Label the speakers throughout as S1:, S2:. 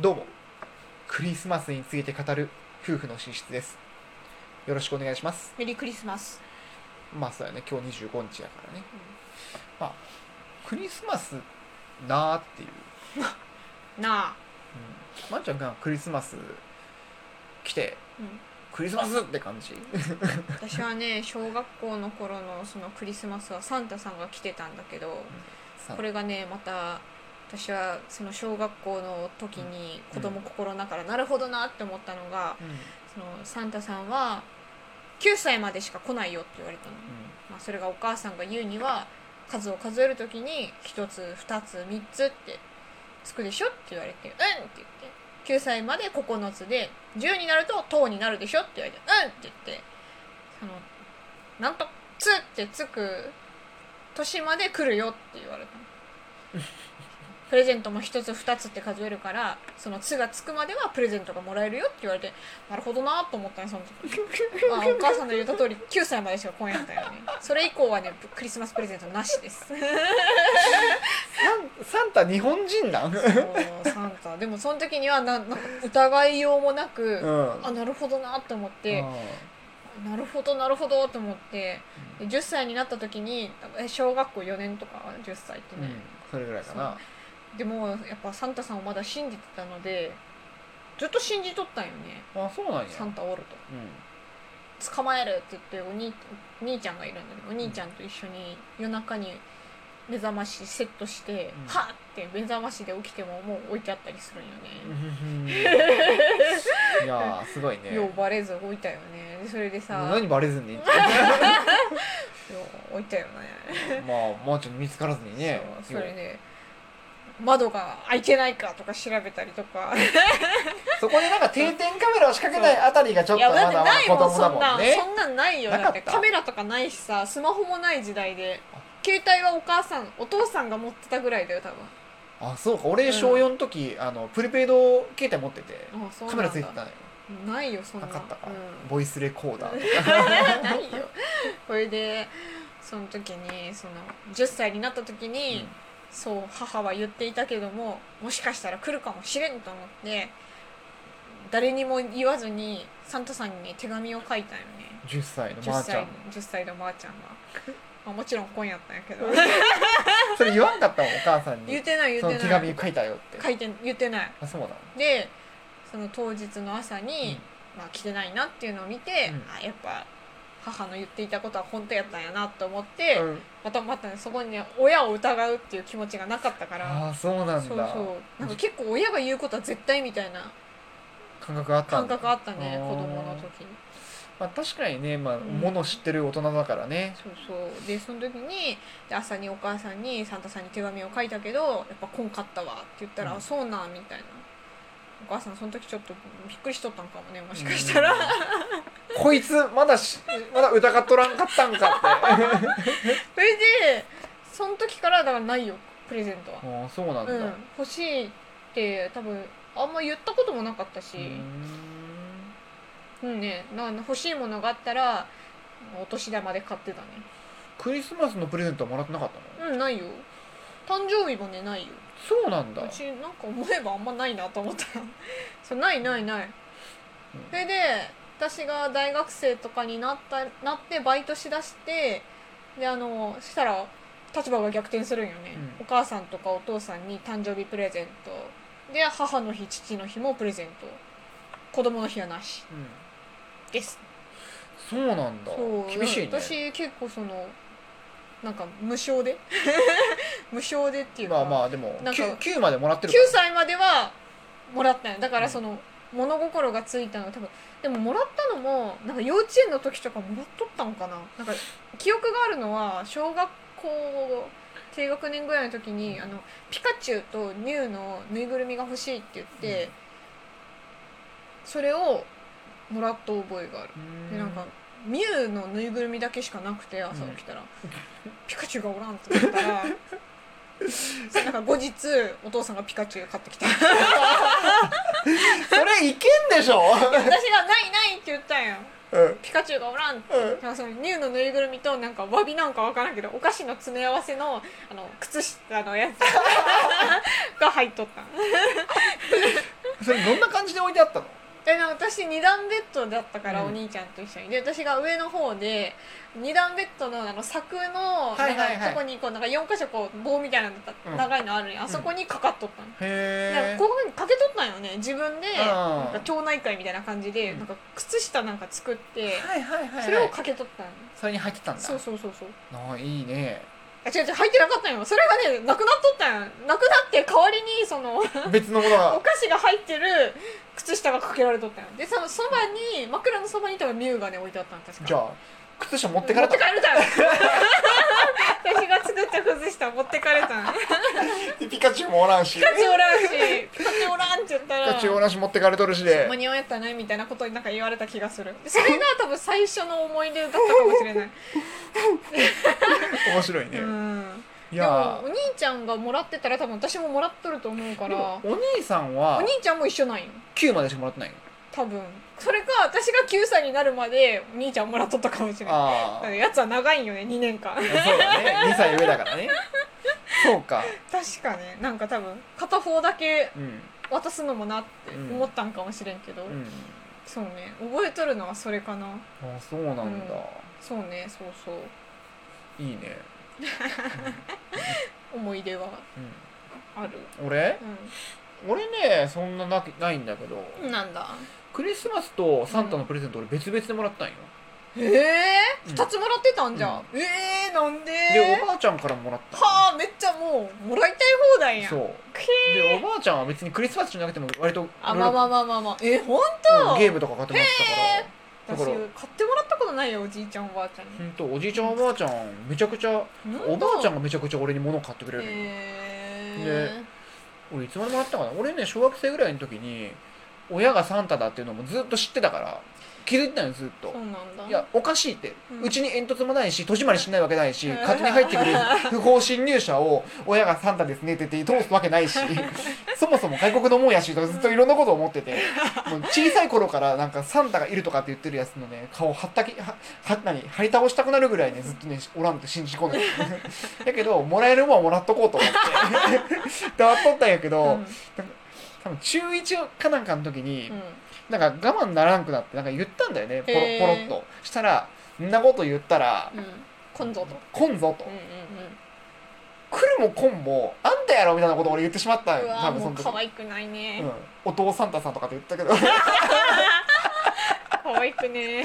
S1: どうもクリスマスについて語る夫婦の寝室ですよろしくお願いします
S2: メリークリスマス、
S1: まあそうやね今日25日やからねクリスマスなーっていう、
S2: なあ、
S1: うん、まんちゃんがクリスマス来て
S2: うん、
S1: クリスマスって感じ
S2: 私はね 小学校の頃のそのクリスマスはサンタさんが来てたんだけど
S1: さ
S2: これがねまた私はその小学校の時に子供心ながらなるほどなって思ったのが
S1: うんうん
S2: そのサンタさんは9歳までしか来ないよって言われたの、まあ、それがお母さんが言うには数を数える時に1つ2つ3つってつくでしょって言われて「うん!」って言って9歳まで9つで10になると「10になるでしょ」って言われて「うん!」って言ってそのなんと「つ」ってつく年まで来るよって言われたのプレゼントも1つ2つって数えるからその「つ」がつくまではプレゼントがもらえるよって言われてなるほどなと思ったねその時まあ、お母さんの言った通り9歳までしか来んやったよねそれ以降はねクリスマスプレゼントなしですそう
S1: サンサンタ日本人なん
S2: サンタでもその時にはななんか疑いようもなく、
S1: うん
S2: あなるほどなと思って
S1: う、ん
S2: なるほどなるほどと思ってで10歳になった時にえ小学校4年とか10歳って
S1: う
S2: ね、
S1: んそれぐらいかな
S2: でもやっぱサンタさんをまだ信じてたのでずっと信じとったんよね
S1: あそうなんや
S2: サンタおると。
S1: うん
S2: 捕まえるって言ってお兄お兄ちゃんがいるんだけどお兄ちゃんと一緒に夜中に目覚ましセットして、
S1: うん
S2: はっって目覚ましで起きてももう置いてあったりするんよね、
S1: いやーすごいね
S2: ようバレず置いたよねでそれでさ
S1: 何バレずにま
S2: よう置いたよね
S1: あまーちゃんに見つからずにね
S2: そうそれで窓が開いてないかとか調べたりとか
S1: そこでなんか定点カメラを仕掛けないあたりがちょっ
S2: い
S1: と
S2: や
S1: ま
S2: だ
S1: だ
S2: って
S1: まだ
S2: ない
S1: 子
S2: もん
S1: 供だ
S2: そん
S1: も
S2: なんん
S1: ね
S2: そんなんないよ
S1: な
S2: だ
S1: かっ
S2: ったてカメラとかないしさスマホもない時代で携帯はお母さんお父さんが持ってたぐらいだよ多分
S1: あそうか俺
S2: うん
S1: 小4の時、あのプリペイド携帯持ってて
S2: あそうな
S1: カ
S2: ん
S1: メ
S2: だ
S1: ラついてたのよ
S2: ないよそんな
S1: なかったか、
S2: うん
S1: ボイスレコーダーと
S2: ないよこれでその時にその10歳になった時に、そう母は言っていたけどももしかしたら来るかもしれんと思って誰にも言わずにサンタさんにね手紙を書いたよね
S1: 10歳の
S2: 10
S1: まーちゃ
S2: 歳
S1: ん
S2: の10歳のまー ちゃんが、まあ、もちろん今夜やったんやけど
S1: それ言わんかったもんお母さん
S2: 言
S1: に
S2: ってない言
S1: その
S2: って
S1: 手
S2: ない
S1: 紙書いたよって
S2: 書いて言ってない
S1: あそうなの
S2: でその当日の朝に、まあ、来てないなっていうのを見て、
S1: うん
S2: あやっぱ母の言っていたことは本当やったんやなと思って、
S1: うん
S2: またまたねそこにね親を疑うっていう気持ちがなかったから
S1: ああそうなんだ
S2: そうそうなんか結構親が言うことは絶対みたいな
S1: 感覚あった
S2: 感
S1: んだ
S2: 覚あったね
S1: あー
S2: 子供の時に
S1: まあ、確かにね、まあ、
S2: ん
S1: もの知ってる大人だからね、
S2: そうそうでその時にで朝にお母さんにサンタさんに手紙を書いたけどやっぱ来んかったわって言ったら、
S1: うん
S2: あそうなんみたいなお母さんその時ちょっとびっくりしとったんかもねもしかしたら、
S1: こいつまだしまだ疑っとらんかったん かって
S2: それでその時からだからないよプレゼントは、
S1: ああそうなんだ、
S2: うん、欲しいって多分あんま言ったこともなかったし、
S1: うーん
S2: うんね、な欲しいものがあったらお年玉で買ってたね
S1: クリスマスのプレゼントはもらってなかったの、
S2: うんないよ誕生日もねないよ
S1: そうなんだ
S2: うちなんか思えばあんまないなと思った そうないないな
S1: う
S2: い、
S1: ん
S2: それで私が大学生とかになったなってバイトしだしてであのそしたら立場が逆転するんよね、
S1: うん
S2: お母さんとかお父さんに誕生日プレゼントで母の日父の日もプレゼント子供の日はなし
S1: うん
S2: です
S1: そうなんだ
S2: そう
S1: 厳しいね
S2: 私結構そのなんか無償で 無償でっていうか,、
S1: まあまあでも
S2: なんか
S1: 9, 9までもらって
S2: 9
S1: るから
S2: 歳まではもらったんよだか
S1: う
S2: ら
S1: ん
S2: その、物心がついたの多分でももらったのもなんか幼稚園の時とかもらっとったのかななんか記憶があるのは小学校低学年ぐらいの時にあのピカチュウとニュウのぬいぐるみが欲しいって言って、
S1: うん
S2: それをもらった覚えがある
S1: うー
S2: でなんかミュウのぬいぐるみだけしかなくて朝起きたら、ピカチュウがおらんと思ったら そうなんか後日お父さんがピカチュウ買ってきた 私が
S1: それいけんでし ょ、
S2: 「ないない」って言ったんや
S1: うんうん、
S2: ピカチュウがおらんってだからそのニュウのぬいぐるみとなんかわびなんかわからんけどお菓子の詰め合わせの あの靴下のやつが入っとった
S1: それどんな感じで置いてあったの
S2: えなんか私二段ベッドだったから、
S1: うん
S2: お兄ちゃんと一緒にで私が上の方で二段ベッドのあの柵の
S1: はいはいはい
S2: なんかとこにこうなんか4箇所こう棒みたいなのが
S1: うん
S2: 長いのあるんやあそこにかかっとったの、
S1: へ
S2: で
S1: え
S2: こういうふうにかけとったんよね自分で
S1: うん
S2: なんか町内会みたいな感じで
S1: うん
S2: なんか靴下なんか作って
S1: はいはいはい、はい、
S2: それをかけとったんよ
S1: それに入ってたんだ
S2: そうそうそうそう
S1: あいいね
S2: あ違う違う入ってなかったんよそれがねなくなっとったんよなくなって代わりにその
S1: 別のもの
S2: お
S1: が
S2: 菓子が入ってる靴下がかけられとったんよでそのそばに枕のそばにいたらミュウがね置いてあったの確か
S1: じゃあ靴下持ってか
S2: 持
S1: れ
S2: って
S1: た
S2: かれたよ私が作った靴下持ってかれたんピ
S1: ピカチュウもおらんしピ
S2: カチュウおらんしピカチュウおらんって言ったら
S1: カチュウおらんし持ってかれとるしで
S2: 間に合やったねみたいなことになんか言われた気がするそれが多分最初の思い出だったかもしれない
S1: 面白いね、
S2: うん
S1: い
S2: で
S1: や
S2: もお兄ちゃんがもらってたら多分私ももらっとると思うか
S1: ーで
S2: ら
S1: もお兄さんは
S2: お兄ちゃんも一緒なんよ
S1: 9までしかもらってないの
S2: 多分それか私が9歳になるまでお兄ちゃんもらっとったかもしれない
S1: あ
S2: だか
S1: あ
S2: らやつは長いんよね2年 間
S1: そうだね2歳上だからねそうか
S2: 確かねなんか多分片方だけ
S1: うん
S2: 渡すのもなって思ったんかもしれんけど、
S1: うん
S2: そうね覚えとるのはそれかな
S1: あそうなんだ、
S2: うんそうねそうそう
S1: いいね、
S2: 思い出はある
S1: うん、俺
S2: う
S1: 俺ねそんななくないんだけど、
S2: んなんだ
S1: クリスマスとサンタのプレゼント俺別々でもらったんよ、
S2: ええ
S1: うん
S2: 2つもらってたんじゃん、ええなんで
S1: でおばあちゃんからもらった
S2: はあめっちゃもうもらいたい放題やん
S1: そう
S2: へ
S1: でおばあちゃんは別にクリスマスじゃなくても割と
S2: あまあまあまあまあまあえほん
S1: うん
S2: と
S1: ゲームとか買ってもらってた
S2: 私
S1: からだから
S2: 買ってもらったことないよおじいちゃんおばあちゃんに
S1: ほんとおじいちゃんおばあちゃんめちゃくちゃおばあちゃんがめちゃくちゃ俺に物買ってくれるのよ、
S2: え
S1: 俺いつまでもらったかな俺ね小学生ぐらいの時に親がサンタだっていうのもずっと知ってたから気づいてたのよずっと
S2: そうなんだ
S1: いやおかしいって
S2: うん
S1: うち、に煙突もないし戸締まりしないわけないし
S2: うん
S1: 勝手に入ってく る不法侵入者を親がサンタですねって言って通すわけない しそもそも外国のもんやしとかずっといろんなことを思っててもう小さい頃からなんかサンタがいるとかって言ってるやつのね顔はったきはは何張り倒したくなるぐらいねずっとねおらんって信じ込 んでただけどもらえるもんはもらっとこうと思って 黙っとったんやけど、
S2: うん
S1: 多分中1かなんかの時に、
S2: うん
S1: なんか我慢ならんくなってなんか言ったんだよねポロ
S2: へー
S1: ポロっとしたらんなこと言ったら
S2: うん、今度と
S1: 「来んぞ」と
S2: うんうん
S1: 「来るも来んもあんたやろ」みたいなことを俺言ってしまったん
S2: うんう
S1: よ
S2: わ
S1: 多分
S2: も
S1: そうの時
S2: 可愛くないね
S1: うん、お父さんたさんとかって言ったけど
S2: 可愛くね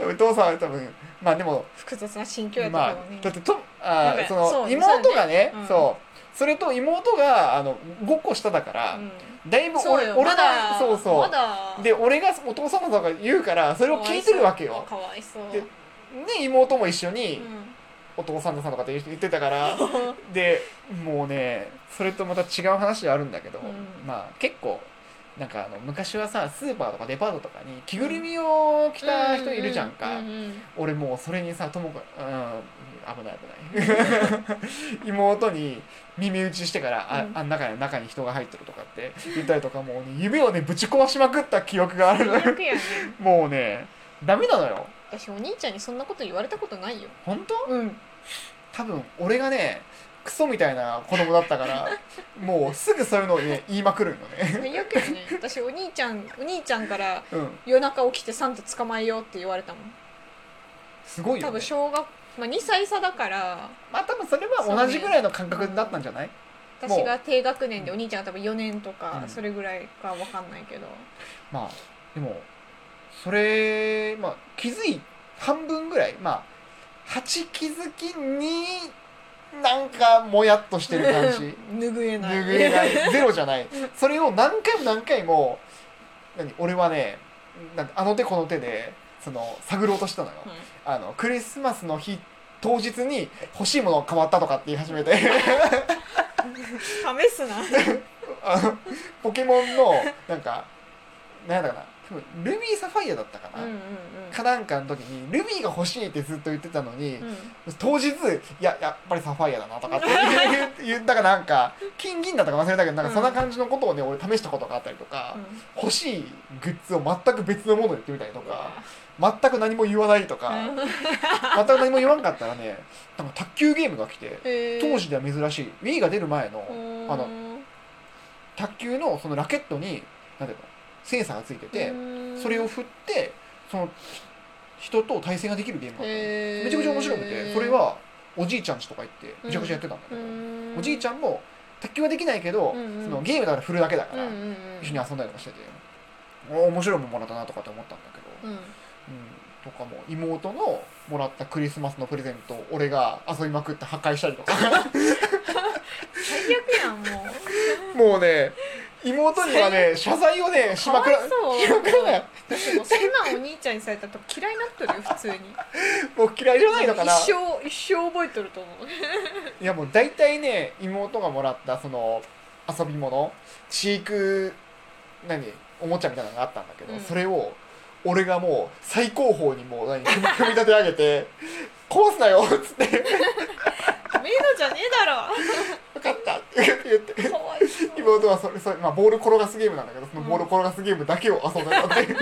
S1: お父さんは多分まあでも
S2: 複雑な心境やった
S1: まあ
S2: かもね、
S1: だってとあ
S2: なん
S1: ー
S2: か
S1: その
S2: そう
S1: 妹がね
S2: そうだねうん
S1: そうそれと妹があの5個下だから、
S2: うん
S1: だいぶ
S2: そう
S1: 俺
S2: よ
S1: 俺
S2: まだ
S1: がそうそう、
S2: まだ
S1: で俺がお父さんたさんが言うからそれを聞いてるわけよ
S2: かわいそうかわい
S1: で
S2: そう
S1: ね妹も一緒に、
S2: うん
S1: お父さんとさんとかって言ってたからでもうねそれとまた違う話ではあるんだけど、
S2: うん
S1: まあ結構なんかあの昔はさスーパーとかデパートとかに着ぐるみを着た人いるじゃんか、
S2: ううん
S1: 俺もうそれにさともかうん危ない危ない 妹に耳打ちしてから、あ
S2: うん
S1: あん中に中に人が入ってるとかって言ったりとかもう、ね、指をねぶち壊しまくった記憶があるのよ
S2: 最悪やね
S1: もうねダメなのよ
S2: 私お兄ちゃんにそんなこと言われたことないよ
S1: 本当
S2: うん
S1: 多分俺がねクソみたいな子供だったからもうすぐそういうのを ね言いまくるのね、
S2: 最悪やね私お兄ちゃんお兄ちゃんから
S1: うん、
S2: 夜中起きてサンタ捕まえようって言われたもん
S1: すごいよ、
S2: 多
S1: ね
S2: 分、小学、まあ、2歳差だから
S1: まあ多分それは同じぐらいの感覚だったんじゃない、もう
S2: 私が低学年でお兄ちゃんは多分4年とか
S1: うん
S2: それぐらいか分かんないけど、
S1: まあでもそれまあ気づい半分ぐらいまあ8気づきになんかもやっとしてる感じ
S2: 拭え ない
S1: 拭えないゼロじゃないそれを何回も何回も何俺はねなんかあの手この手でその探ろうとしたのよ、
S2: うん
S1: あのクリスマスの日当日に欲しいものが変わったとかって言い始めて
S2: 試すな
S1: あのポケモンのなんかなんだかな多分ルビーサファイアだったか
S2: うん
S1: な、
S2: うん
S1: かなんかの時にルビーが欲しいってずっと言ってたのに、
S2: うんうん
S1: 当日いややっぱりサファイアだなとかって 言う言ったかなんか金銀だったか忘れたけどなんかそんな感じのことをね俺試したことがあったりとか、欲しいグッズを全く別のもので言ってみたりとか。全く何も言わないとか、
S2: うん
S1: 全く何も言わんかったらねなんか卓球ゲームが来て
S2: へー
S1: 当時では珍しい Wii が出る前の
S2: うーん
S1: あの卓球のそのラケットになんていうのセンサーがついてて、それを振ってその人と対戦ができるゲームだったのめ
S2: め
S1: ちゃくちゃ面白くてそれはおじいちゃんちとか行ってめちゃくちゃやってたんだけど、おじいち
S2: ゃん
S1: ゃんも卓球はできないけど、
S2: うんうん
S1: そのゲームだから振るだけだから、
S2: うんうんうん、
S1: 一緒に遊んだりとかしてておー面白いもんもらったなとかって思ったんだけど、
S2: うん
S1: うん、とかも妹のもらったクリスマスのプレゼントを俺が遊びまくって破壊したりとか
S2: 最悪やんもう
S1: もうね妹にはね謝罪をねし
S2: か
S1: ま
S2: わ
S1: く
S2: い
S1: ら
S2: そう
S1: しまくらない
S2: だってもうそんなんお兄ちゃんにされたら多分嫌いになっとるよ普 通に
S1: もう嫌いじゃないのかな
S2: 一生一生覚えとると思う
S1: いやもう大体ね妹がもらったその遊び物飼育何おもちゃみたいなのがあったんだけど、
S2: うん
S1: それを俺がもう最高峰にもう何組み組み立て上げて 「壊すなよ」っつって
S2: メイドじゃねえだ
S1: 「分かった」って言って
S2: ろかわいそう
S1: 妹はそれそれ、まあ、ボール転がすゲームなんだけどそのボール転がすゲームだけを遊んだので、組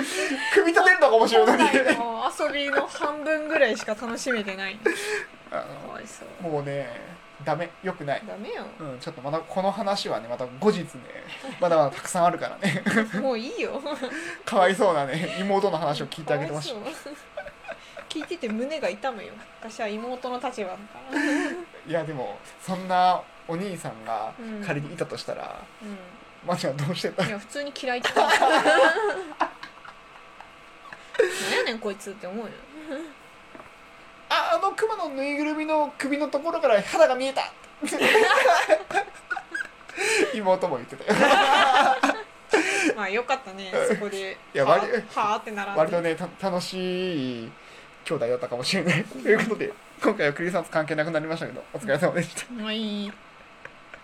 S1: み立てるのが面白いのに
S2: 本来の遊びの半分ぐらいしか楽しめてない
S1: あ
S2: かわいそう
S1: の もうねダメよくない、
S2: ダメよ
S1: うん、ちょっとまだこの話はねまた後日ね まだまだたくさんあるからね
S2: もういいよ
S1: かわいそうなね妹の話を聞いてあげてました
S2: かわいそう聞いてて胸が痛むよ私は妹の立場だから、うん、
S1: いやでもそんなお兄さんが
S2: うん
S1: 仮にいたとしたら、マジはどうしてた
S2: いや普通に嫌いって言う何やねんこいつって思うよ
S1: ああの熊のぬいぐるみの首のところから肌が見えた 妹も言ってた よ
S2: まあよかったねそこで
S1: いや
S2: は
S1: 割
S2: はあってならんで
S1: 割とねた楽しい兄弟だったかもしれないということで今回はクリスマス関係なくなりましたけどお疲れ様でした
S2: まあいい